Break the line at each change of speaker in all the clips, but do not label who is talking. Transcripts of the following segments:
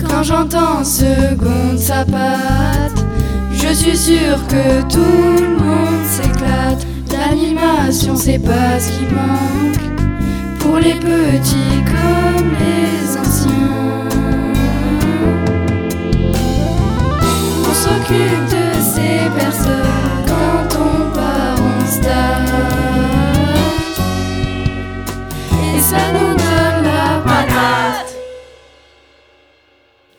Quand j'entends seconde sa patte, je suis sûr que tout le monde s'éclate. L'animation, c'est pas ce qui manque pour les petits comme les anciens. On s'occupe de ces personnes quand on part en stage. Et ça nous donne la patate.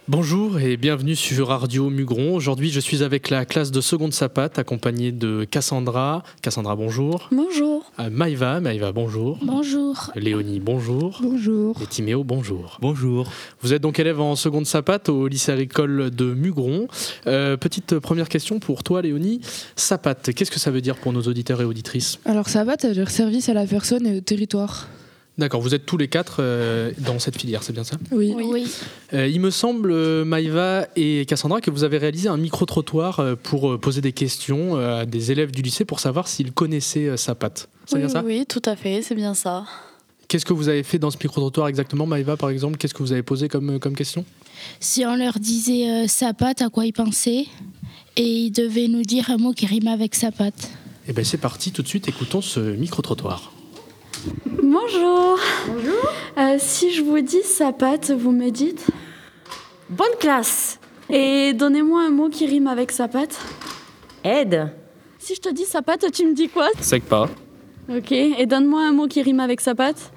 Bonjour et bienvenue sur Radio Mugron. Aujourd'hui, je suis avec la classe de seconde sapate, accompagnée de Cassandra. Cassandra, bonjour.
Bonjour.
Euh, Maïva, Maïva, bonjour.
Bonjour.
Léonie, bonjour.
Bonjour.
Et Timéo, bonjour.
Bonjour.
Vous êtes donc élève en seconde sapate au lycée agricole de Mugron. Euh, petite première question pour toi, Léonie. Sapate, qu'est-ce que ça veut dire pour nos auditeurs et auditrices
Alors ça va, t'as le service à la personne et au territoire.
D'accord, vous êtes tous les quatre euh, dans cette filière, c'est bien ça
Oui.
Euh, il me semble, euh, Maïva et Cassandra, que vous avez réalisé un micro-trottoir euh, pour euh, poser des questions euh, à des élèves du lycée pour savoir s'ils connaissaient euh, sa patte. C'est
oui,
bien ça
oui, tout à fait, c'est bien ça.
Qu'est-ce que vous avez fait dans ce micro-trottoir exactement, Maïva, par exemple Qu'est-ce que vous avez posé comme, euh, comme question
Si on leur disait euh, sa patte, à quoi ils pensaient, et ils devaient nous dire un mot qui rime avec sa patte.
Eh bien, c'est parti, tout de suite, écoutons ce micro-trottoir.
Bonjour. Bonjour. si je vous dis sapate, vous me dites Bonne classe. Et donnez-moi un mot qui rime avec sapate.
Aide.
Si je te dis sapate, tu me dis quoi
Sec pas.
Ok. Et donne-moi un mot qui rime avec sapate.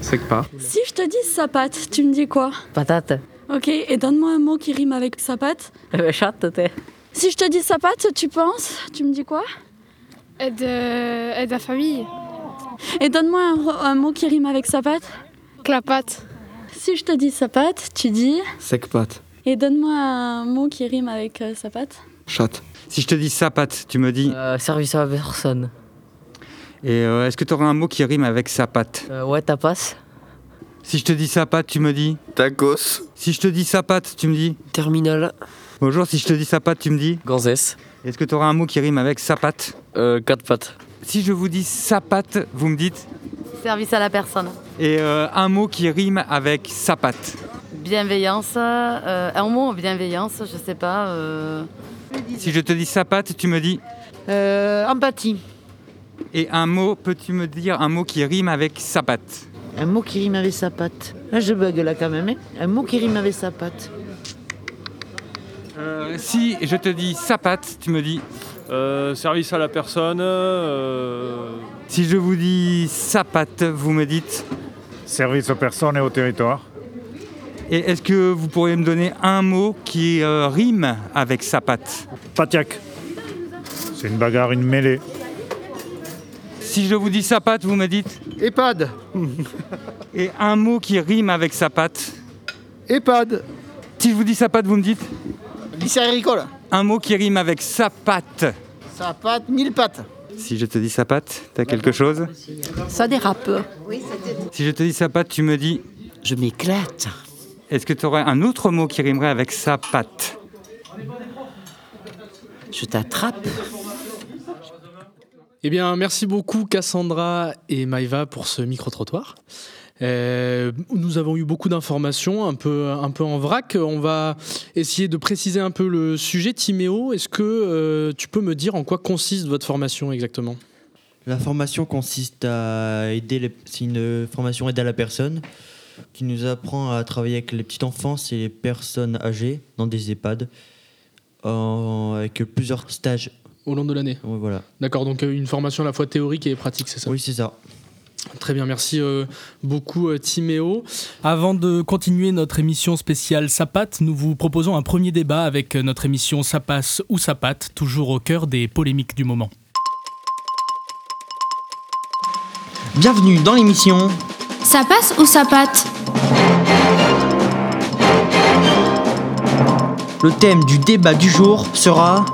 Sec pas.
Si je te dis sapate, tu me dis quoi
Patate.
Ok. Et donne-moi un mot qui rime avec sapate.
Euh, chatte, t'es.
Si je te dis sapate, tu penses Tu me dis quoi
Aide, euh, aide à famille.
Et donne-moi un, un mot qui rime avec sapate.
Clapate.
Si je te dis sapate, tu dis.
Sec pâte.
Et donne-moi un mot qui rime avec euh, sapate.
Chatte. Si je te dis sapate, tu me dis.
Euh, service à la personne.
Et euh, est-ce que tu auras un mot qui rime avec sapate
Euh, ouais, ta passe.
Si je te dis sapate, tu me dis.
Tacos.
Si je te dis sapate, tu me dis.
Terminal.
Bonjour, si je te dis sapate, tu me dis.
Ganzès.
Est-ce que tu auras un mot qui rime avec sapate
Euh, quatre pattes.
Si je vous dis sapate, vous me dites.
Service à la personne.
Et euh, un mot qui rime avec sapate.
Bienveillance, euh, un mot en bienveillance, je sais pas. euh,
Si je te dis sapate, tu me dis.
Euh, empathie.
Et un mot, peux-tu me dire un mot qui rime avec sapate
Un mot qui rime avec sa patte. Là, je bug là quand même. hein. Un mot qui rime avec sa patte.
Euh, Si je te dis sapate, tu me dis.
Euh, service à la personne. euh,
Si je vous dis sapate, vous me dites.
Service aux personnes et au territoire.
Et est-ce que vous pourriez me donner un mot qui euh, rime avec sapate
Patiac. C'est une bagarre, une mêlée.
Si je vous dis sapate, vous me dites
EHPAD
Et un mot qui rime avec sapate
EHPAD
Si je vous dis sapate, vous me dites
Lycée agricole
Un mot qui rime avec sapate
Ça patte, mille pattes
Si je te dis sapate, t'as quelque chose
Ça dérape.
Si je te dis sapate, tu me dis
Je m'éclate.
Est-ce que tu aurais un autre mot qui rimerait avec sapate
Je t'attrape.
Eh bien, merci beaucoup, Cassandra et Maïva, pour ce micro-trottoir. Euh, nous avons eu beaucoup d'informations, un peu, un peu en vrac. On va essayer de préciser un peu le sujet. Timéo, est-ce que euh, tu peux me dire en quoi consiste votre formation exactement
La formation consiste à aider les... C'est une formation aide à la personne qui nous apprend à travailler avec les petites enfances et les personnes âgées dans des EHPAD en- avec plusieurs stages.
au long de l'année
Ouais, Voilà.
D'accord, donc euh, une formation à la fois théorique et pratique, c'est ça
Oui, c'est ça.
Très bien, merci euh, beaucoup, euh, Timéo.
Avant de continuer notre émission spéciale Sapate, nous vous proposons un premier débat avec euh, notre émission Ça passe ou Ça patte, toujours au cœur des polémiques du moment.
Bienvenue dans l'émission.
Ça passe ou ça patte
Le thème du débat du jour sera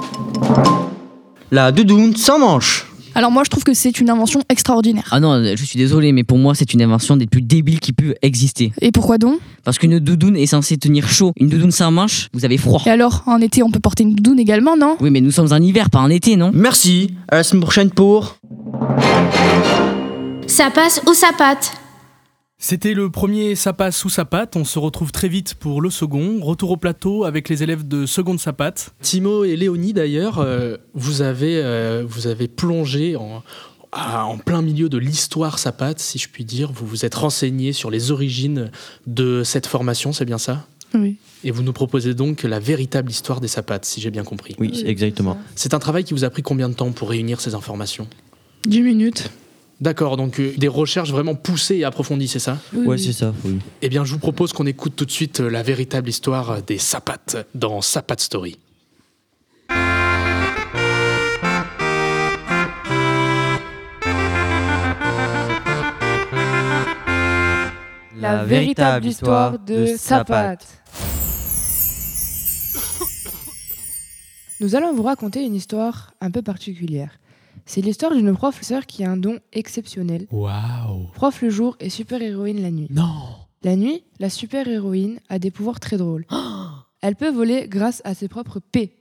la Ah, doudoune sans manche.
Alors moi je trouve que c'est une invention extraordinaire.
Ah non, je suis désolé, mais pour moi, c'est une invention des plus débiles qui peut exister.
Et pourquoi donc
Parce qu'une doudoune est censée tenir chaud. Une doudoune sans manche, vous avez froid.
Et alors, en été on peut porter une doudoune également, non
Oui, mais nous sommes en hiver, pas en été, non
Merci, à la semaine prochaine pour
Ça passe ou ça patte
C'était le premier Sapat sous Sapate. On se retrouve très vite pour le second. Retour au plateau avec les élèves de seconde Sapate.
Timo et Léonie d'ailleurs, euh, vous, avez, euh, vous avez plongé en, à- en plein milieu de l'histoire sapate, si je puis dire. Vous vous êtes renseigné sur les origines de cette formation, c'est bien ça
Oui.
Et vous nous proposez donc la véritable histoire des sapates, si j'ai bien compris.
Oui, c'est exactement.
C'est un travail qui vous a pris combien de temps pour réunir ces informations
10 minutes.
D'accord, donc euh, des recherches vraiment poussées et approfondies, c'est ça
Oui,
ouais, c'est ça, oui.
Eh bien, je vous propose qu'on écoute tout de suite euh, la véritable histoire euh, des sapates dans Sapat Story.
La véritable histoire de Sapat.
Nous allons vous raconter une histoire un peu particulière. C'est l'histoire d'une professeure qui a un don exceptionnel.
Waouh
Prof le jour et super-héroïne la nuit.
Non
La nuit, la super-héroïne a des pouvoirs très drôles. Elle peut voler grâce à ses propres P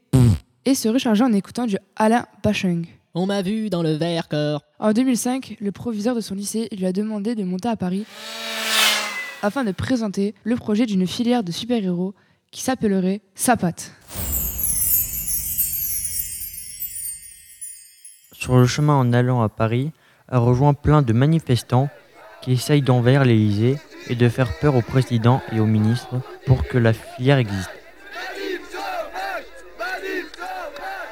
et se recharger en écoutant du Alain Bachung.
On m'a vu dans le verre corps.
En 2005, le proviseur de son lycée lui a demandé de monter à Paris afin de présenter le projet d'une filière de super-héros qui s'appellerait Sapate.
Sur le chemin en allant à Paris, a rejoint plein de manifestants qui essayent d'envahir l'Élysée et de faire peur au président et au ministre pour que la filière existe.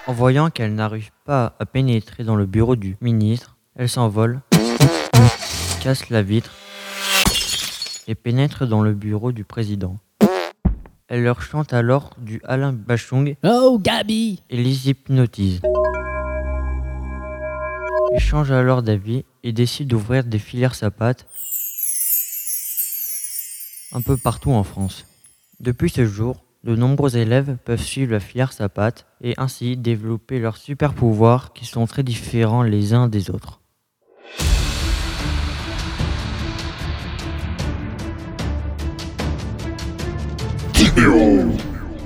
En voyant qu'elle n'arrive pas à pénétrer dans le bureau du ministre, elle s'envole, casse la vitre et pénètre dans le bureau du président. Elle leur chante alors du Alain Bachung
Oh, Gabi
et les hypnotise. Ils changent alors d'avis et décident d'ouvrir des filières sapates un peu partout en France. Depuis ce jour, de nombreux élèves peuvent suivre la filière sapate et ainsi développer leurs super pouvoirs qui sont très différents les uns des autres.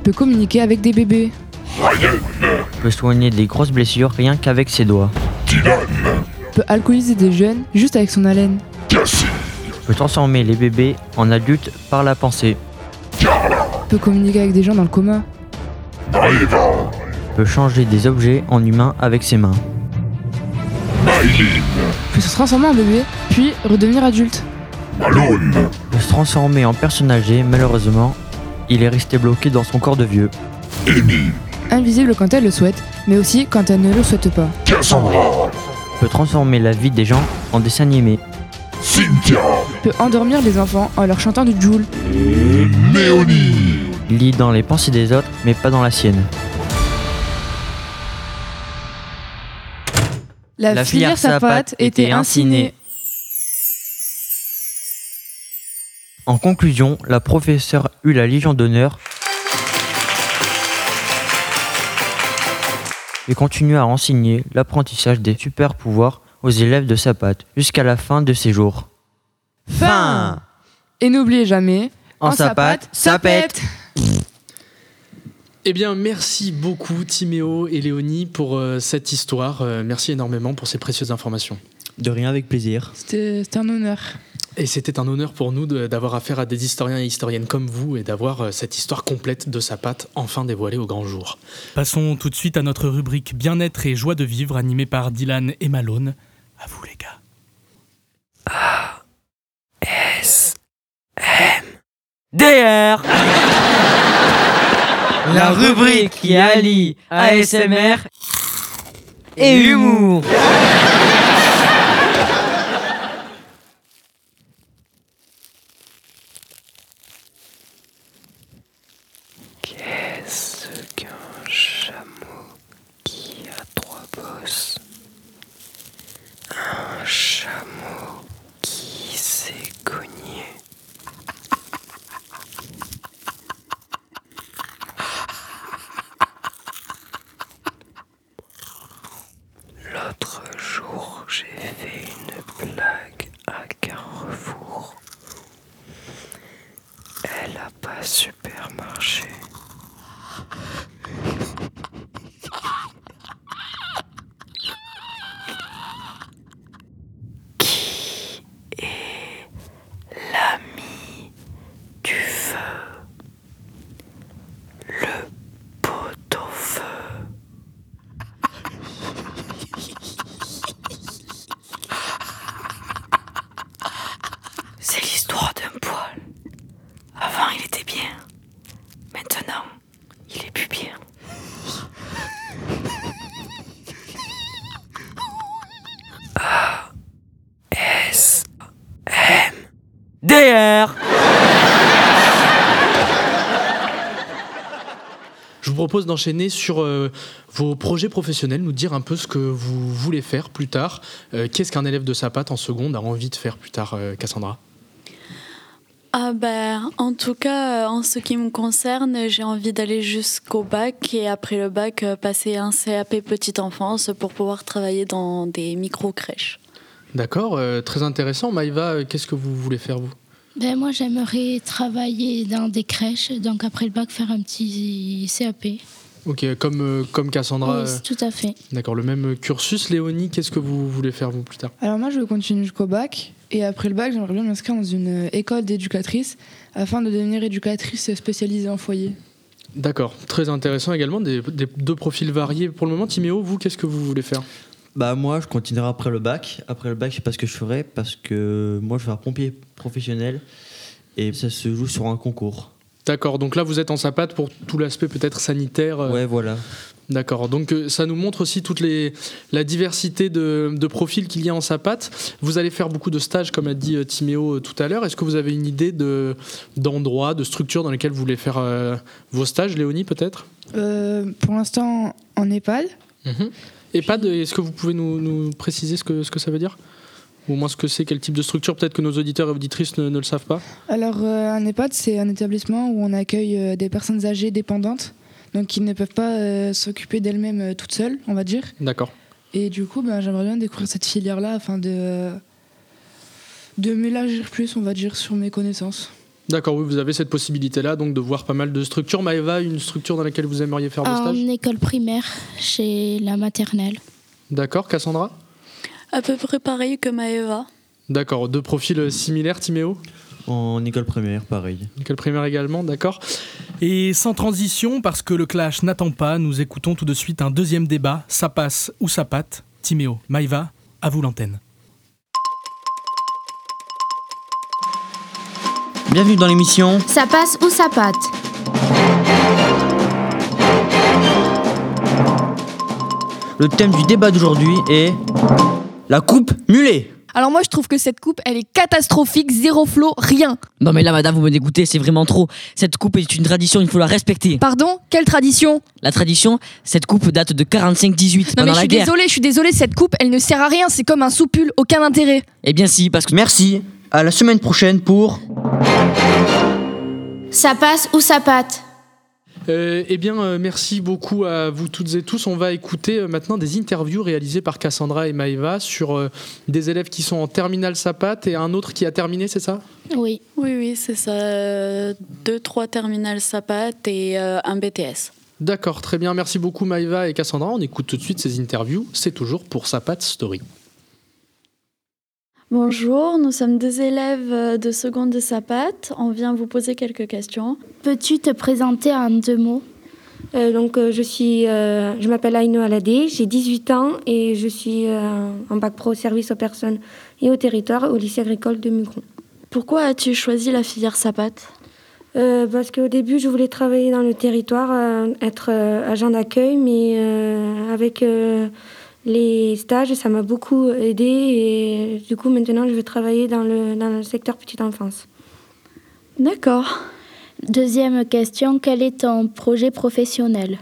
Peut communiquer avec des bébés.
Peut soigner des grosses blessures rien qu'avec ses doigts.
Peut alcooliser des jeunes juste avec son haleine.
Peut transformer les bébés en adultes par la pensée.
Peut communiquer avec des gens dans le commun.
Peut changer des objets en humains avec ses mains.
Peut se transformer en bébé, puis redevenir adulte.
Peut se transformer en personne âgée, malheureusement, il est resté bloqué dans son corps de vieux.
Invisible quand elle le souhaite, mais aussi quand elle ne le souhaite pas.
Peut transformer la vie des gens en dessin animé.
Peut endormir les enfants en leur chantant du Joule.
Lit dans les pensées des autres, mais pas dans la sienne.
La, filière Sapate était ainsi née.
En conclusion, la professeure eut la Légion d'honneur et continua à enseigner l'apprentissage des super pouvoirs aux élèves de Sapate jusqu'à la fin de ses jours. Fin
Et n'oubliez jamais,
En sapate, ça pète.
Eh bien, merci beaucoup Timéo et Léonie pour euh, cette histoire. Euh, merci énormément pour ces précieuses informations.
De rien avec plaisir.
C'était c'était un honneur.
Et c'était un honneur pour nous de- d'avoir affaire à des historiens et historiennes comme vous et d'avoir euh, cette histoire complète de Sapate enfin dévoilée au grand jour.
Passons tout de suite à notre rubrique Bien-être et joie de vivre animée par Dylan et Malone.
S M DR
La rubrique qui allie ASMR
et humour. Qu'est-ce qu'un chameau qui a trois bosses Un chameau qui s'est cogné. L'autre jour, j'ai fait une blague à Carrefour. Elle a pas super marché. Qui est là
vous propose d'enchaîner sur euh, vos projets professionnels, nous dire un peu ce que vous voulez faire plus tard. Euh, Qu'est-ce qu'un élève de Sapate en seconde a envie de faire plus tard, euh, Cassandra
Ah ben, en tout cas, euh, en ce qui me concerne, j'ai envie d'aller jusqu'au bac et après le bac, euh, passer un CAP petite enfance pour pouvoir travailler dans des micro-crèches.
D'accord, euh, très intéressant. Maïva, euh, qu'est-ce que vous voulez faire, vous
Ben moi j'aimerais travailler dans des crèches, donc après le bac faire un petit CAP.
Ok, comme, euh, comme Cassandra.
Oui,
euh,
tout à fait.
D'accord, le même cursus. Léonie, qu'est-ce que vous voulez faire, vous, plus tard
Alors moi, je veux continuer jusqu'au bac. Et après le bac, j'aimerais bien m'inscrire dans une euh, école d'éducatrice afin de devenir éducatrice spécialisée en foyer.
D'accord, très intéressant également, des, des- deux profils variés. Pour le moment, Timéo, vous, qu'est-ce que vous voulez faire
Bah moi je continuerai après le bac. Après le bac je sais pas ce que je ferai parce que moi je vais faire pompier professionnel et ça se joue sur un concours.
D'accord, donc là vous êtes en sapate pour tout l'aspect peut-être sanitaire. euh.
Ouais voilà.
D'accord, donc euh, ça nous montre aussi toute les, la diversité de, de profils qu'il y a en sapate. Vous allez faire beaucoup de stages, comme a dit euh, Timéo euh, tout à l'heure. Est-ce que vous avez une idée de- d'endroits, de, structures dans lesquelles vous voulez faire euh, vos stages, Léonie peut-être
Euh, pour l'instant, en EHPAD.
Mhm.
EHPAD, est-ce que vous pouvez nous, nous préciser ce que, ce que ça veut dire Ou au moins ce que c'est, quel type de structure Peut-être que nos auditeurs et auditrices ne, ne le savent pas.
Alors, euh, un EHPAD, c'est un établissement où on accueille euh, des personnes âgées dépendantes, donc qui ne peuvent pas euh, s'occuper d'elles-mêmes euh, toutes seules, on va dire.
D'accord.
Et du coup, ben, j'aimerais bien découvrir cette filière-là afin de, euh, de m'élargir plus, on va dire, sur mes connaissances.
D'accord, oui, vous avez cette possibilité-là, donc de voir pas mal de structures. Maëva, une structure dans laquelle vous aimeriez
Euh,
faire vos
En
stages
école primaire, chez la maternelle.
D'accord, Cassandra
À peu près pareil que Maeva.
D'accord, deux profils euh, similaires, Timéo
En école primaire pareil.
École primaire également, d'accord.
Et sans transition, parce que le clash n'attend pas, nous écoutons tout de suite un deuxième débat. Ça passe ou ça pâte Timéo, Maïva, à vous l'antenne.
Bienvenue dans l'émission.
Ça passe ou ça pâte
Le thème du débat d'aujourd'hui est la coupe mulet.
Alors moi je trouve que cette coupe elle est catastrophique, zéro flot, rien.
Non mais là madame vous me dégoûtez, c'est vraiment trop. Cette coupe est une tradition, il faut la respecter.
Pardon Quelle tradition
La tradition, cette coupe date de 45-18
Non mais
pendant
je
la
suis
guerre.
désolée, je suis désolée, cette coupe elle ne sert à rien, c'est comme un soupule, aucun intérêt.
Eh bien si, parce que
Merci. À la semaine prochaine pour
Ça passe ou ça pâte
Euh, eh bien, euh, merci beaucoup à vous toutes et tous. On va écouter euh, maintenant des interviews réalisées par Cassandra et Maëva sur euh, des élèves qui sont en terminale sapate et un autre qui a terminé, c'est ça
Oui. Oui, oui, c'est ça. euh, Deux, trois terminales sapates et euh, un BTS.
D'accord, très bien. Merci beaucoup Maïva et Cassandra. On écoute tout de suite ces interviews. C'est toujours pour Sapate Story.
Bonjour, nous sommes deux élèves euh, de seconde de Sapate. On vient vous poser quelques questions.
Peux-tu te présenter en deux mots
Euh, donc, euh, je, suis, euh, je m'appelle Aïno Aladé, j'ai 18 ans et je suis euh, en bac pro service aux personnes et au territoire au lycée agricole de Mugron.
Pourquoi as-tu choisi la filière Sapate
Euh, parce qu'au début, je voulais travailler dans le territoire, euh, être euh, agent d'accueil, mais euh, avec euh, les stages, ça m'a beaucoup aidé et du coup, maintenant, je vais travailler dans le, dans le secteur petite enfance.
D'accord.
Deuxième question, quel est ton projet professionnel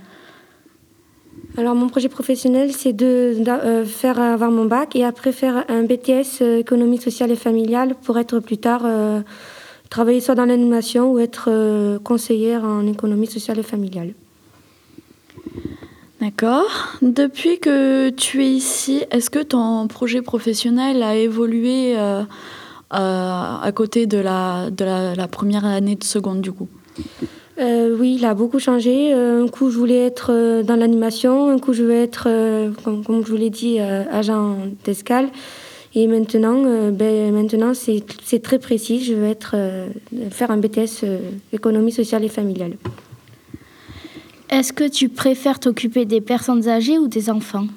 Alors mon projet professionnel, c'est de d'a- euh, faire avoir mon bac et après faire un BTS euh, économie sociale et familiale pour être plus tard euh, travailler soit dans l'animation ou être euh, conseillère en économie sociale et familiale.
D'accord. Depuis que tu es ici, est-ce que ton projet professionnel a évolué euh, euh, à côté de, la, de la, la première année de seconde du coup
Euh, oui, il a beaucoup changé. Euh, un coup, je voulais être euh, dans l'animation. Un coup, je veux être, euh, comme, comme je vous l'ai dit, euh, agent d'escale. Et maintenant, euh, ben, maintenant c'est c'est très précis. Je veux être, euh, faire un BTS euh, économie sociale et familiale.
Est-ce que tu préfères t'occuper des personnes âgées ou des enfants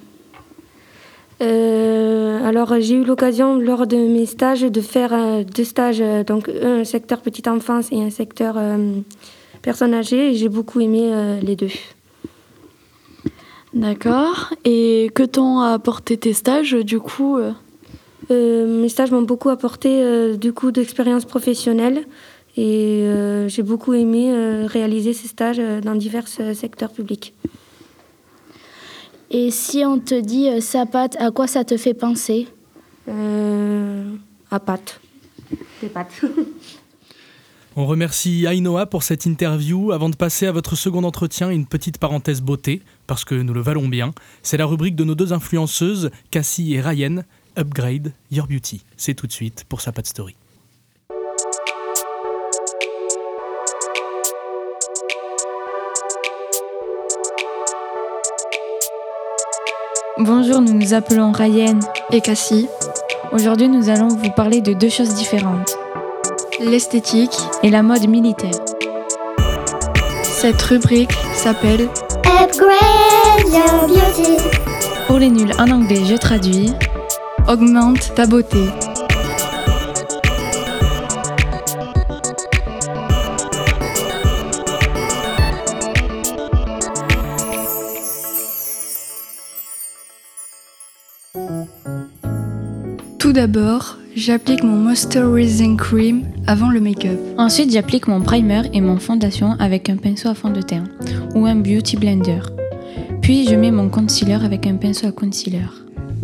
Euh, alors j'ai eu l'occasion lors de mes stages de faire euh, deux stages, euh, donc un secteur petite enfance et un secteur euh, personnes âgées et j'ai beaucoup aimé euh, les deux.
D'accord. Et que t'ont apporté tes stages du coup euh
Euh, mes stages m'ont beaucoup apporté euh, du coup d'expérience professionnelle Et euh, j'ai beaucoup aimé euh, réaliser ces stages euh, dans divers euh, secteurs publics.
Et si on te dit euh, sa patte, à quoi ça te fait penser
Euh, à pâte. Des pâtes.
On remercie Ainoa pour cette interview. Avant de passer à votre second entretien, une petite parenthèse beauté, parce que nous le valons bien. C'est la rubrique de nos deux influenceuses, Cassie et Ryan, Upgrade Your Beauty. C'est tout de suite pour Sapat Story.
Bonjour, nous nous appelons Ryan et Cassie. Aujourd'hui, nous allons vous parler de deux choses différentes. L'esthétique et la mode militaire. Cette rubrique s'appelle
Upgrade your beauty.
Pour les nuls en anglais, je traduis Augmente ta beauté.
Tout d'abord, j'applique mon moisturizing cream avant le make-up.
Ensuite, j'applique mon primer et mon fondation avec un pinceau à fond de teint ou un beauty blender. Puis, je mets mon concealer avec un pinceau à concealer.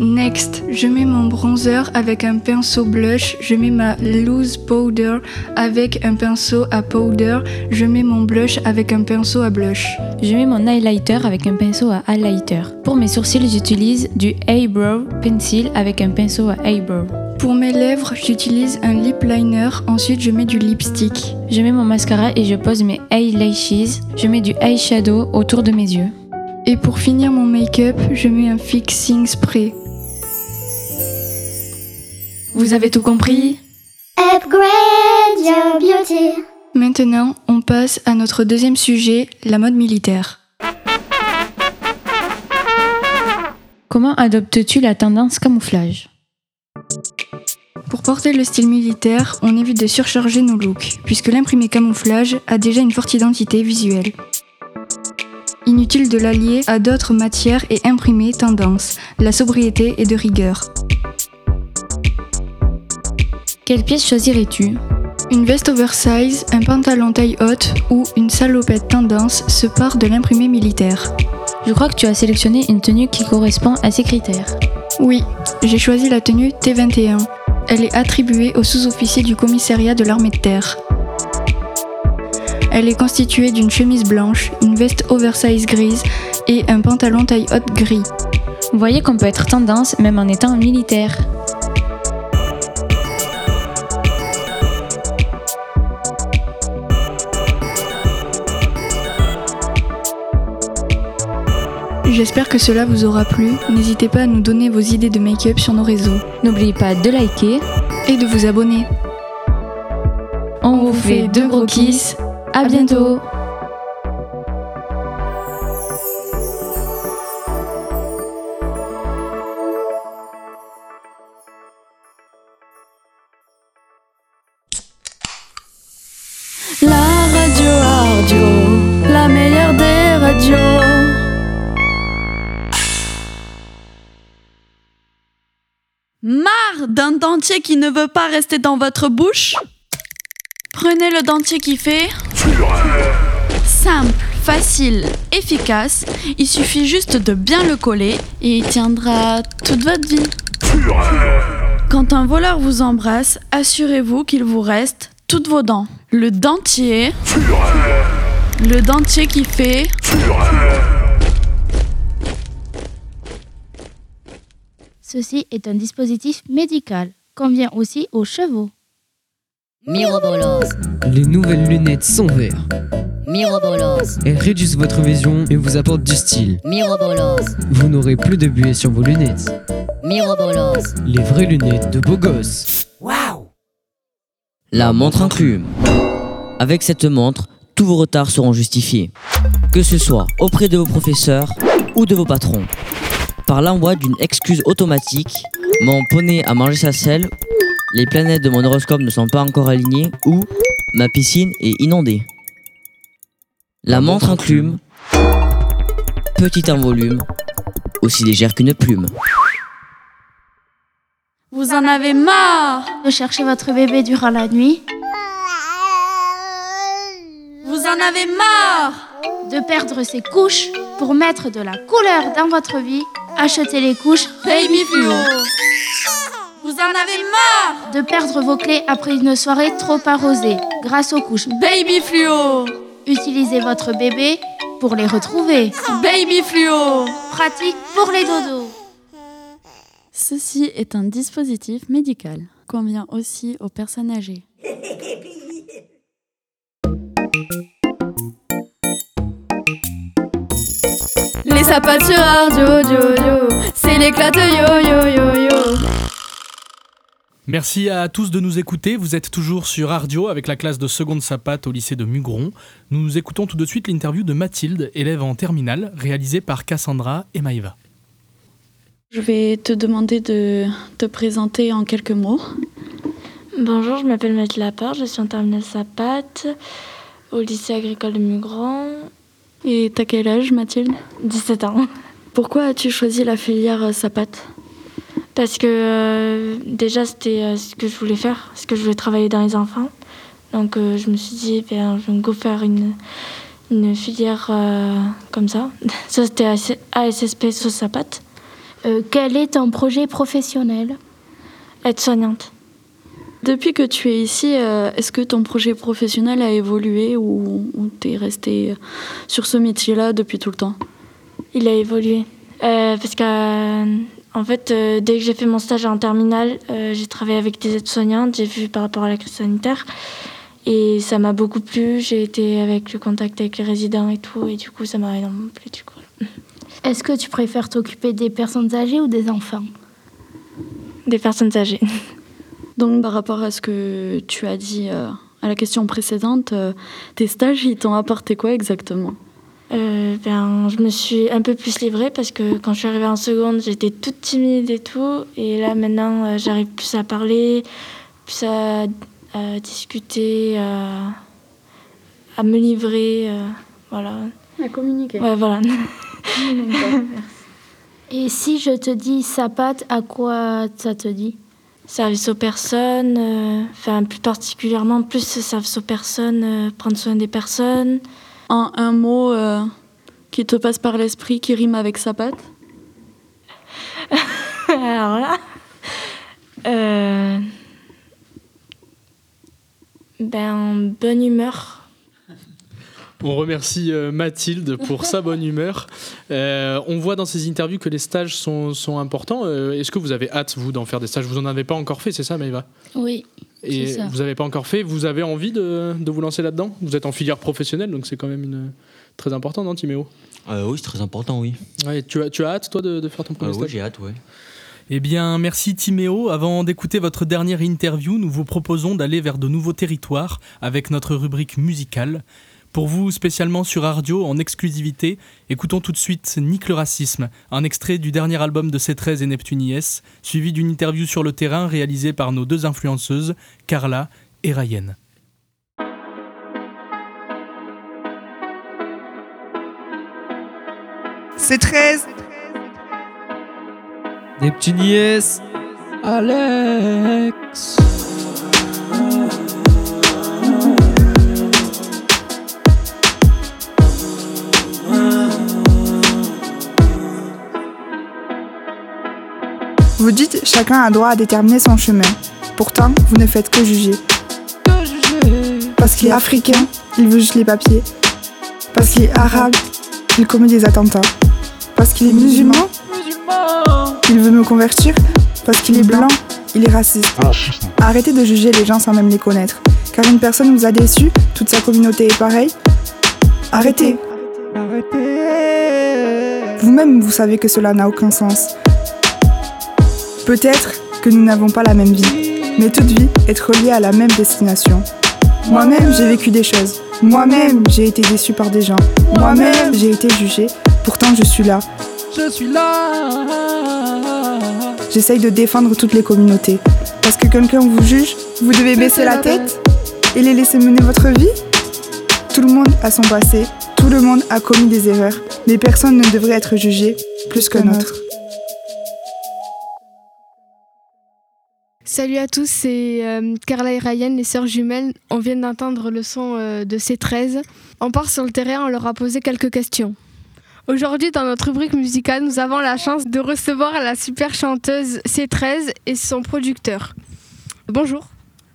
Next, je mets mon bronzer avec un pinceau blush, je mets ma loose powder avec un pinceau à powder, je mets mon blush avec un pinceau à blush.
Je mets mon highlighter avec un pinceau à highlighter. Pour mes sourcils, j'utilise du eyebrow pencil avec un pinceau à eyebrow.
Pour mes lèvres, j'utilise un lip liner, ensuite je mets du lipstick.
Je mets mon mascara et je pose mes eyelashes. Je mets du eyeshadow autour de mes yeux.
Et pour finir mon make-up, je mets un fixing spray. Vous avez tout compris
Upgrade your beauty.
Maintenant, on passe à notre deuxième sujet, la mode militaire.
Comment adoptes-tu la tendance camouflage
Pour porter le style militaire, on évite de surcharger nos looks, puisque l'imprimé camouflage a déjà une forte identité visuelle. Inutile de l'allier à d'autres matières et imprimer tendance, la sobriété est de rigueur.
Quelle pièce choisirais-tu
Une veste oversize, un pantalon taille haute ou une salopette tendance se part de l'imprimé militaire.
Je crois que tu as sélectionné une tenue qui correspond à ces critères.
Oui, j'ai choisi la tenue T21. Elle est attribuée aux sous-officiers du commissariat de l'armée de terre. Elle est constituée d'une chemise blanche, une veste oversize grise et un pantalon taille haute gris.
Vous voyez qu'on peut être tendance même en étant militaire.
J'espère que cela vous aura plu. N'hésitez pas à nous donner vos idées de make-up sur nos réseaux
N'oubliez pas de liker.
et de vous abonner.
On, vous fait, deux gros kisses. À, bientôt.
La radio Ardio, la meilleure des radios.
Marre d'un dentier qui ne veut pas rester dans votre bouche Prenez le dentier qui fait simple, facile, efficace. Il suffit juste de bien le coller et il tiendra toute votre vie. Quand un voleur vous embrasse, assurez-vous qu'il vous reste toutes vos dents. Le dentier, le dentier qui fait
Ceci est un dispositif médical, convient aussi aux chevaux.
Mirobolos,
Les nouvelles lunettes sont vertes.
Mirobolos,
Elles réduisent votre vision et vous apportent du style.
Mirobolos,
Vous n'aurez plus de buée sur vos lunettes.
Mirobolos,
Les vraies lunettes de beau gosse.
La montre inclue. Avec cette montre, tous vos retards seront justifiés. Que ce soit auprès de vos professeurs ou de vos patrons. Par l'envoi d'une excuse automatique, mon poney a mangé sa selle, les planètes de mon horoscope ne sont pas encore alignées ou ma piscine est inondée. La montre inclume, petite en volume, aussi légère qu'une plume.
Vous en avez marre
De chercher votre bébé durant la nuit
en avez marre
de perdre ses couches pour mettre de la couleur dans votre vie, achetez les couches
Baby Fluo. Vous en avez marre
de perdre vos clés après une soirée trop arrosée grâce aux couches
Baby Fluo.
Utilisez votre bébé pour les retrouver.
Baby Fluo.
Pratique pour les dodos.
Ceci est un dispositif médical. Convient aussi aux personnes âgées.
Les sapates sur radio, yo, yo, c'est l'éclat de yo, yo, yo, yo.
Merci à tous de nous écouter. Vous êtes toujours sur Ardio avec la classe de seconde sapate au lycée de Mugron. Nous nous écoutons tout de suite l'interview de Mathilde, élève en terminale, réalisée par Cassandra et Maïva.
Je vais te demander de te présenter en quelques mots.
Bonjour, je m'appelle Mathilde Lapart, je suis en terminale sapate au lycée agricole de Mugron.
Et t'as quel âge, Mathilde
17 ans.
Pourquoi as-tu choisi la filière euh, sapate
Parce que euh, déjà, c'était euh, ce que je voulais faire, ce que je voulais travailler dans les enfants. Donc euh, je me suis dit, ben, je vais me go faire une, une filière euh, comme ça. Ça, c'était ASSP sauce sapate.
Euh, quel est ton projet professionnel
Être soignante.
Depuis que tu es ici, euh, est-ce que ton projet professionnel a évolué ou, tu es resté euh, sur ce métier-là depuis tout le temps
Il a évolué. Euh, parce qu'en fait, euh, dès que j'ai fait mon stage en terminale, euh, j'ai travaillé avec des aides-soignantes, j'ai vu par rapport à la crise sanitaire. Et ça m'a beaucoup plu. J'ai été avec le contact avec les résidents et tout. Et du coup, ça m'a énormément plu. Du coup.
Est-ce que tu préfères t'occuper des personnes âgées ou des enfants
Des personnes âgées.
Donc, par rapport à ce que tu as dit euh, à la question précédente, euh, tes stages, ils t'ont apporté quoi exactement
euh, ben, Je me suis un peu plus livrée parce que quand je suis arrivée en seconde, j'étais toute timide et tout. Et là, maintenant, euh, j'arrive plus à parler, plus à, à discuter, à, à me livrer. euh, voilà.
À communiquer.
Ouais, voilà.
et si je te dis sapate, à quoi ça te dit
service aux personnes, euh, enfin plus particulièrement plus service aux personnes, euh, prendre soin des personnes.
En un mot euh, qui te passe par l'esprit, qui rime avec sapate
Alors là, euh, ben bonne humeur.
On remercie euh, Mathilde pour sa bonne humeur. Euh, on voit dans ces interviews que les stages sont, sont importants. Euh, Est-ce que vous avez hâte, vous, d'en faire des stages Vous n'en avez pas encore fait, c'est ça, Maëva
Oui.
Et
ça.
vous n'avez pas encore fait. Vous avez envie de, de vous lancer là-dedans Vous êtes en filière professionnelle, donc c'est quand même une, euh, très important, non, Timéo
euh, Oui, c'est très important, oui. Euh,
Ouais, tu, as, tu as hâte, toi, de, de faire ton premier stage
Oui, Ah j'ai hâte, oui.
Eh bien, merci Timéo. Avant d'écouter votre dernière interview, nous vous proposons d'aller vers de nouveaux territoires avec notre rubrique musicale. Pour vous, spécialement sur Ardio, en exclusivité, écoutons tout de suite Nick le Racisme, un extrait du dernier album de C13 et Neptune IS, suivi d'une interview sur le terrain réalisée par nos deux influenceuses, Carla et Ryan.
C13
Neptune IS Alex
Vous dites chacun a droit à déterminer son chemin. Pourtant, vous ne faites que juger. Parce qu'il est africain, il veut juste les papiers. Parce qu'il est arabe, il commet des attentats. Parce qu'il est musulman, il veut me convertir. Parce qu'il est blanc, il est raciste. Arrêtez de juger les gens sans même les connaître. Car une personne vous a déçu, toute sa communauté est pareille. Arrêtez. Vous-même, vous savez que cela n'a aucun sens. Peut-être que nous n'avons pas la même vie, mais toute vie est reliée à la même destination. Moi-même, j'ai vécu des choses. Moi-même, j'ai été déçu par des gens. Moi-même, j'ai été jugé. Pourtant, je suis là. Je suis là. J'essaye de défendre toutes les communautés. Parce que quelqu'un vous juge, vous devez baisser la tête et les laisser mener votre vie Tout le monde a son passé, tout le monde a commis des erreurs, mais personne ne devrait être jugé plus qu'un autre.
Salut à tous, c'est euh, Carla et Ryan, les sœurs jumelles. On vient d'entendre le son euh, de C13. On part sur le terrain, on leur a posé quelques questions. Aujourd'hui, dans notre rubrique musicale, nous avons la chance de recevoir la super chanteuse C13 et son producteur. Bonjour.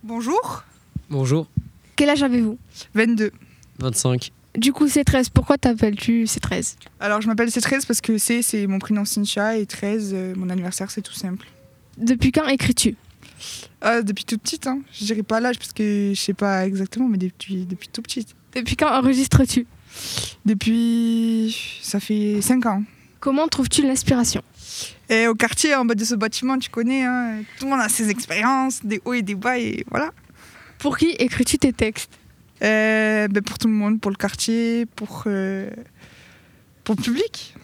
Bonjour.
Bonjour.
Quel âge avez-vous
22.
25.
Du coup, C13, pourquoi t'appelles-tu C13
Alors, je m'appelle C13 parce que C, c'est mon prénom Sincha et 13, euh, mon anniversaire, c'est tout simple.
Depuis quand écris-tu
Ah, depuis toute petite, hein. je dirais pas l'âge parce que je sais pas exactement, mais depuis, depuis tout petite.
Depuis quand enregistres-tu
Depuis. ça fait 5 ans.
Comment trouves-tu l'inspiration
Et au quartier, en bas de ce bâtiment, tu connais, hein, tout le monde a ses expériences, des hauts et des bas, et voilà.
Pour qui écris-tu tes textes
Euh, ben, Pour tout le monde, pour le quartier, pour, euh, pour le public.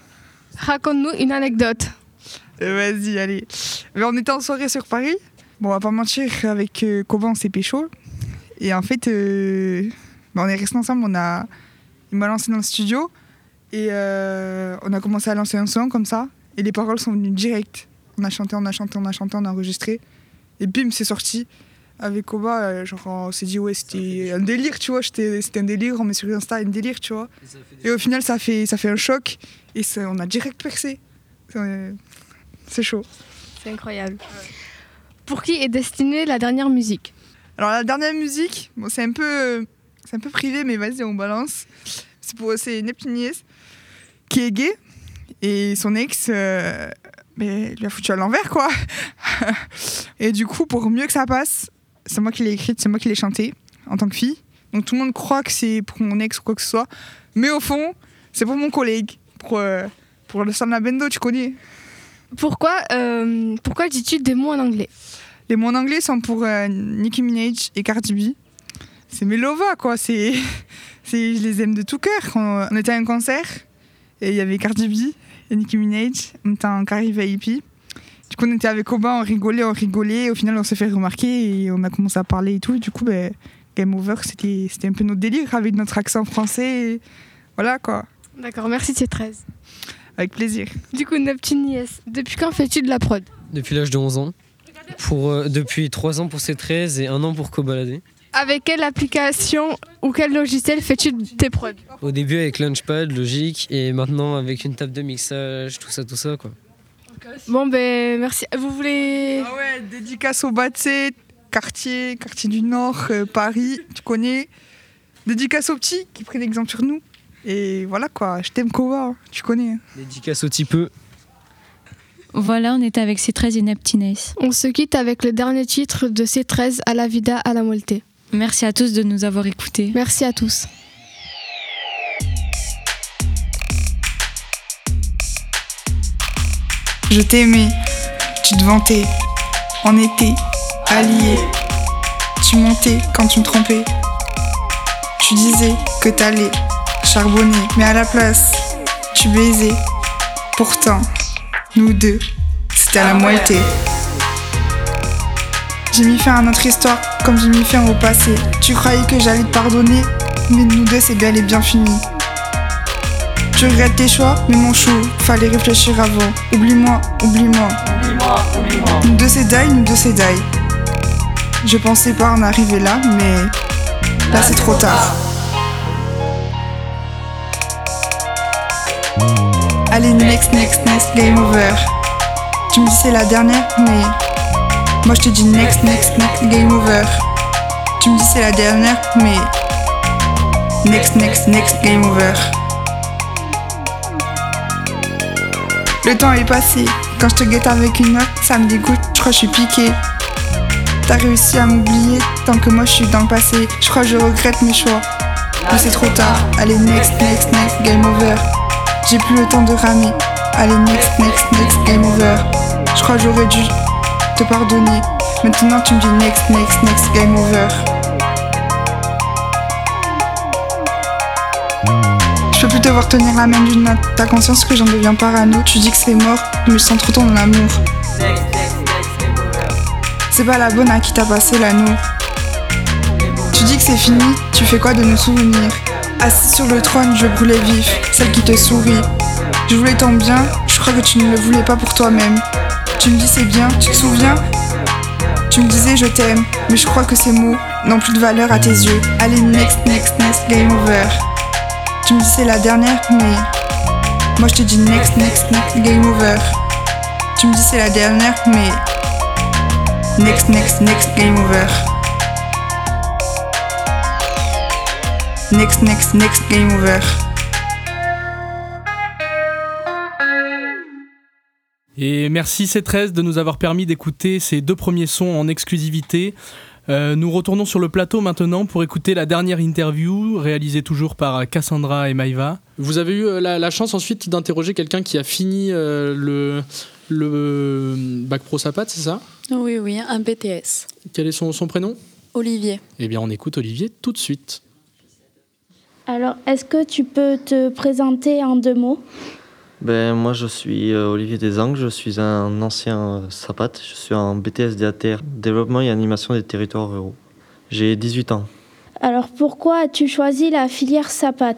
Raconte-nous une anecdote.
Euh, Vas-y, allez. Mais on était en soirée sur Paris. Bon, on va pas mentir, avec euh, Coban, c'est pécho. Et en fait, euh, bah, on est restés ensemble. On a, il m'a lancé dans le studio et euh, on a commencé à lancer un son comme ça. Et les paroles sont venues direct. On a chanté, on a chanté, on a chanté, on a enregistré. Et bim, c'est sorti. Avec Koba, euh, genre, on s'est dit, ouais, c'était un délire, tu vois. j'étais- C'était un délire. On met sur Insta un délire, tu vois. Et au final, ça fait, ça fait un choc. Et ça- on a direct percé. Euh, C'est chaud.
C'est incroyable. Pour qui est destinée la dernière musique
Alors la dernière musique, bon, c'est un peu c'est un peu privé mais vas-y on balance. C'est pour c'est Neptunies qui est gay et son ex euh, mais lui a foutu à l'envers quoi. et du coup pour mieux que ça passe, c'est moi qui l'ai écrite, c'est moi qui l'ai chantée en tant que fille. Donc tout le monde croit que c'est pour mon ex ou quoi que ce soit, mais au fond, c'est pour mon collègue, pour euh, pour le San Labendo, tu connais.
Pourquoi, euh, pourquoi dis-tu des mots en anglais
Les mots en anglais sont pour euh, Nicki Minaj et Cardi B. C'est mes lovas, quoi. C'est, c'est, je les aime de tout cœur. On, on était à un concert et il y avait Cardi B et Nicki Minaj. On était en carré VIP. Du coup, on était avec Aubin, on rigolait, on rigolait. Au final, on s'est fait remarquer et on a commencé à parler et tout. Et du coup, ben, Game Over, c'était, c'était un peu notre délire avec notre accent français. et voilà, quoi.
D'accord, merci C13.
Avec plaisir.
Du coup, Neptune Yes, depuis quand fais-tu de la prod
Depuis l'âge de 11 ans. Pour, euh, depuis 3 ans pour C13 et 1 an pour Cobalader.
Avec quelle application ou quel logiciel fais-tu tes prods
Au début avec Launchpad, logique, et maintenant avec une table de mixage, tout ça, tout ça, quoi.
Bon, ben merci. Vous voulez.
Ah ouais, dédicace au Batsé, quartier, quartier du Nord, euh, Paris, tu connais. Dédicace aux petits qui prennent exemple sur nous. Et voilà quoi, je t'aime Kowa, hein, tu connais. hein.
Dédicace au petit peu.
Voilà, on était avec C13 et Neptines.
On se quitte avec le dernier titre de C13 à la vida à la molte.
Merci à tous de nous avoir écoutés.
Merci à tous.
Je t'aimais, tu te vantais, on était alliés. Tu mentais quand tu me trompais. Tu disais que t'allais charbonner, mais à la place, tu baisais. Pourtant, nous deux, c'était à la moitié. J'ai mis fin à notre histoire comme j'ai mis fin au passé. Tu croyais que j'allais te pardonner, mais nous deux, c'est bel et bien fini. Je regrette tes choix, mais mon chou, fallait réfléchir avant. Oublie-moi, oublie-moi. Nous deux c'est die, nous deux c'est die. Je pensais pas en arriver là, mais là c'est trop tard. Allez, next, next, next, game over. Tu me dis c'est la dernière, mais moi je te dis next, next, next, game over. Tu me dis c'est la dernière, mais next, next, next, game over. Le temps est passé. Quand je te guette avec une note, ça me dégoûte. Je crois que je suis piquée. T'as réussi à m'oublier tant que moi je suis dans le passé. Je crois que je regrette mes choix. Mais c'est trop tard. Allez, next, next, next, game over. J'ai plus le temps de ramer. Allez, next, next, next, game over. Je crois que j'aurais dû te pardonner. Maintenant tu me dis next, next, next, game over. Je peux plus te voir tenir la main d'une natte. T'as conscience que j'en deviens parano. Tu dis que c'est mort, mais je sens trop ton amour. C'est pas la bonne à qui t'as passé l'anneau. Tu dis que c'est fini, tu fais quoi de nos souvenirs Assis sur le trône, je brûlais vif, celle qui te sourit. Je voulais tant bien, je crois que tu ne le voulais pas pour toi-même. Tu me dis c'est bien, tu te souviens
Tu me disais je t'aime, mais je crois que ces mots n'ont plus de valeur à tes yeux. Allez, next, next, next, game over. Tu me dis c'est la dernière, mais moi je te dis next, next, next, game over. Tu me dis c'est la dernière, mais next, next, next, game over. Next, next, next, game over.
Et merci C13 de nous avoir permis d'écouter ces deux premiers sons en exclusivité. Euh, nous retournons sur le plateau maintenant pour écouter la dernière interview réalisée toujours par Cassandra et Maïva.
Vous avez eu euh, la, la chance ensuite d'interroger quelqu'un qui a fini euh, le, le bac pro Sapat, c'est ça
Oui, oui, un BTS.
Quel est son, son prénom
Olivier.
Eh bien, on écoute Olivier tout de suite.
Alors, est-ce que tu peux te présenter en deux mots
Ben, moi, je suis euh, Olivier Desangles, je suis un ancien euh, SAPAT, je suis en BTS DATR, Développement et Animation des Territoires Ruraux. J'ai 18 ans.
Alors, pourquoi as-tu choisi la filière SAPAT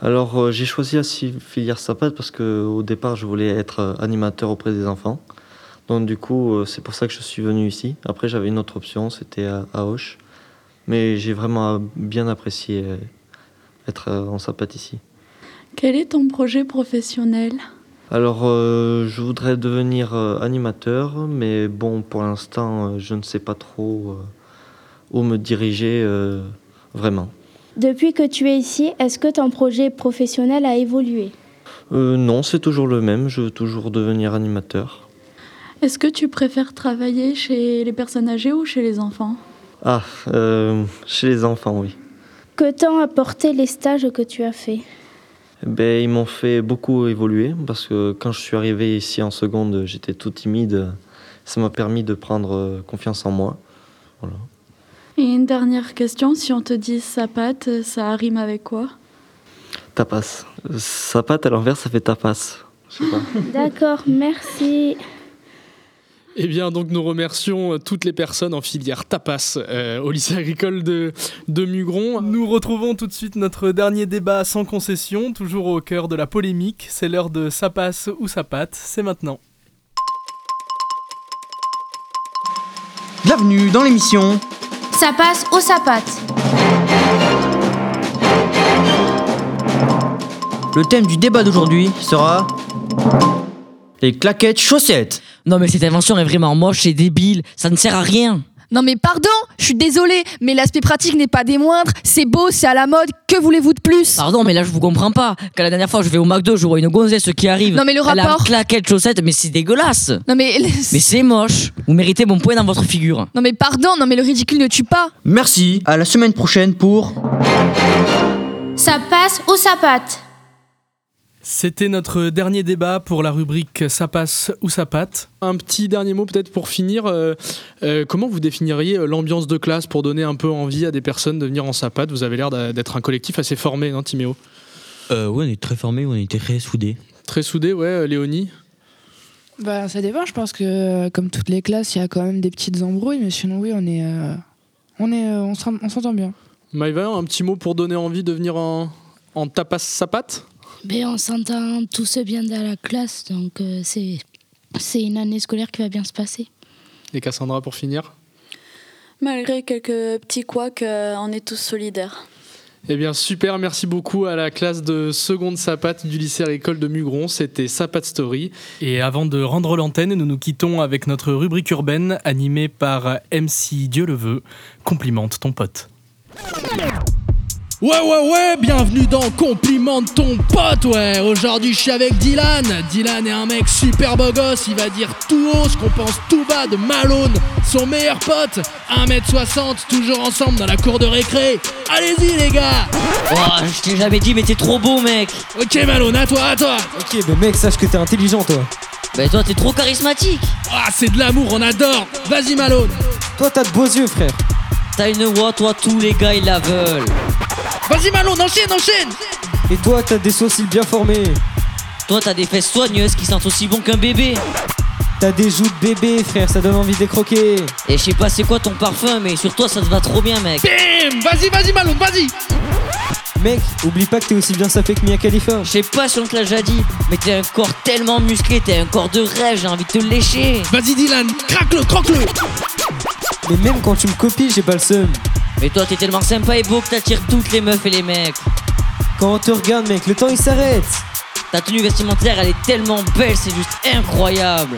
Alors, euh, j'ai choisi la si- filière SAPAT parce qu'au départ, je voulais être euh, animateur auprès des enfants. Donc, du coup, euh, c'est pour ça que je suis venu ici. Après, j'avais une autre option, c'était à, à Auch. Mais j'ai vraiment euh, bien apprécié euh, être euh, en sapate ici.
Quel est ton projet professionnel
Alors, euh, je voudrais devenir euh, animateur, mais bon, pour l'instant, euh, je ne sais pas trop euh, où me diriger euh, vraiment.
Depuis que tu es ici, est-ce que ton projet professionnel a évolué
Euh, non, c'est toujours le même, je veux toujours devenir animateur.
Est-ce que tu préfères travailler chez les personnes âgées ou chez les enfants
Ah, euh, chez les enfants, oui.
Que t'ont apporté les stages que tu as faits
Eh Ben, ils m'ont fait beaucoup évoluer parce que quand je suis arrivé ici en seconde, j'étais tout timide. Ça m'a permis de prendre euh, confiance en moi. Voilà.
Et une dernière question, si on te dit sapate, ça rime avec quoi
Tapas. Euh, Sapate à l'envers, ça fait tapas. Je sais pas.
D'accord, merci.
Eh bien, donc nous remercions euh, toutes les personnes en filière tapas euh, au lycée agricole de, de Mugron.
Nous retrouvons tout de suite notre dernier débat sans concession, toujours au cœur de la polémique. C'est l'heure de ça passe ou ça pâte, c'est maintenant.
Bienvenue dans l'émission
Ça passe ou ça pâte
Le thème du débat d'aujourd'hui sera les claquettes chaussettes.
Non, mais cette invention est vraiment moche et débile, ça ne sert à rien.
Non mais pardon, je suis désolée, mais l'aspect pratique n'est pas des moindres, c'est beau, c'est à la mode, que voulez-vous de plus
Pardon, mais là je vous comprends pas. Quand la dernière fois je vais au McDo, je vois une gonzesse qui arrive.
Non, mais le
Elle a
rapport-
une claquette chaussette, mais c'est dégueulasse.
Non mais...
Mais c'est moche. Vous méritez mon point dans votre figure.
Non mais pardon, non mais le ridicule ne tue pas
Merci, à la semaine prochaine pour
Ça passe ou ça pâte
C'était notre dernier débat pour la rubrique Ça passe ou ça pâte.
Un petit dernier mot peut-être pour finir. euh, euh, comment vous définiriez euh, l'ambiance de classe pour donner un peu envie à des personnes de venir en sapate Vous avez l'air d'a- d'être un collectif assez formé, non Timéo
Euh, ouais, on est très formés, on est très soudés.
Très soudé, ouais, euh, Léonie
Bah, ça dépend, je pense que euh, comme toutes les classes, il y a quand même des petites embrouilles, mais sinon, oui, on est. euh, on est, euh, on s'en- on s'entend bien.
Maïva, un petit mot pour donner envie de venir en, en tapas sapate
Ben, on s'entend tous bien dans la classe, donc euh, c'est c'est une année scolaire qui va bien se passer.
Et Cassandra pour finir
Malgré quelques petits couacs, euh, on est tous solidaires.
Eh bien super, merci beaucoup à la classe de seconde sapate du lycée agricole de Mugron. C'était Sapate Story.
Et avant de rendre l'antenne, nous nous quittons avec notre rubrique urbaine animée par MC Dieu le veut. Complimente ton pote.
Ouais, ouais, ouais, bienvenue dans Complimente ton pote, ouais. Aujourd'hui, je suis avec Dylan. Dylan est un mec super beau gosse. Il va dire tout haut ce qu'on pense tout bas de Malone, son meilleur pote. 1m60, toujours ensemble dans la cour de récré. Allez-y, les gars.
Oh, je t'ai jamais dit, mais t'es trop beau, mec.
Ok, Malone, à toi, à toi.
Ok, mais mec, sache que t'es intelligent, toi.
Bah toi, t'es trop charismatique.
Ah, c'est de l'amour, on adore. Vas-y, Malone.
Toi, t'as de beaux yeux, frère.
T'as une voix, toi, tous les gars, ils la veulent.
Vas-y, Malone, enchaîne, enchaîne.
Et toi, t'as des sourcils bien formés.
Toi, t'as des fesses soigneuses qui sentent aussi bon qu'un bébé.
T'as des joues de bébé, frère, ça donne envie de les croquer.
Et je sais pas c'est quoi ton parfum, mais sur toi, ça te va trop bien, mec.
Bim Vas-y, vas-y, Malone, vas-y.
Mec, oublie pas que t'es aussi bien sapé que Mia Khalifa.
Je sais pas si on te l'a déjà dit, mais t'es un corps tellement musclé, t'es un corps de rêve, j'ai envie de te lécher.
Vas-y, Dylan, craque-le, croque-le.
Mais même quand tu me copies, j'ai pas le seum.
Mais toi, t'es tellement sympa et beau que t'attires toutes les meufs et les mecs.
Quand on te regarde, mec, le temps il s'arrête.
Ta tenue vestimentaire, elle est tellement belle, c'est juste incroyable.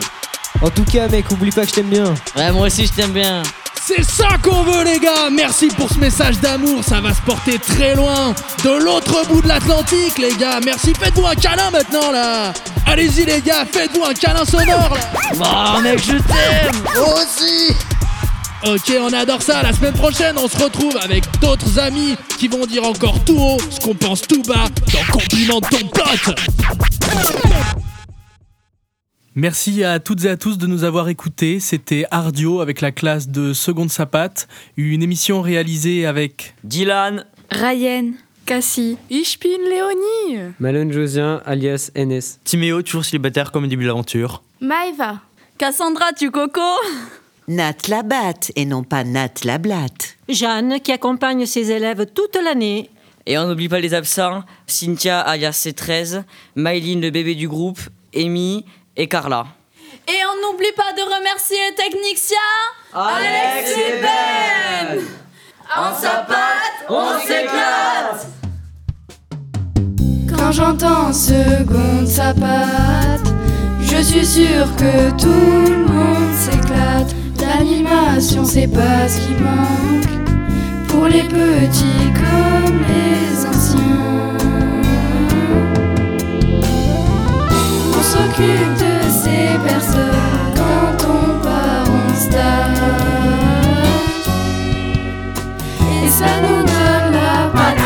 En tout cas, mec, oublie pas que je t'aime bien.
Ouais, moi aussi, je t'aime bien.
C'est ça qu'on veut les gars Merci pour ce message d'amour, ça va se porter très loin De l'autre bout de l'Atlantique les gars Merci, faites-vous un câlin maintenant là Allez-y les gars, faites-vous un câlin sonore là
Oh mec je t'aime
Moi aussi Ok, on adore ça. La semaine prochaine, on se retrouve avec d'autres amis qui vont dire encore tout haut ce qu'on pense tout bas dans Compliment de ton pote.
Merci à toutes et à tous de nous avoir écoutés. C'était Ardio avec la classe de Seconde Sapate, une émission réalisée avec
Dylan,
Ryan,
Cassie, Ishpin, Léonie,
Malone Josien, alias NS.
Timéo, toujours célibataire comme au début de l'aventure.
Maeva, Cassandra, tu coco
Nat la batte et non pas Nat la blatte.
Jeanne qui accompagne ses élèves toute l'année.
Et on n'oublie pas les absents, Cynthia alias C13, Mylene le bébé du groupe, Amy et Carla.
Et on n'oublie pas de remercier les techniciens
Alex et Ben En sapate, on s'éclate
Quand j'entends seconde sapate, je suis sûre que tout le monde s'éclate. L'animation, c'est pas ce qui manque pour les petits comme les anciens. On s'occupe de ces personnes quand on part en stage. Et ça nous donne la patate.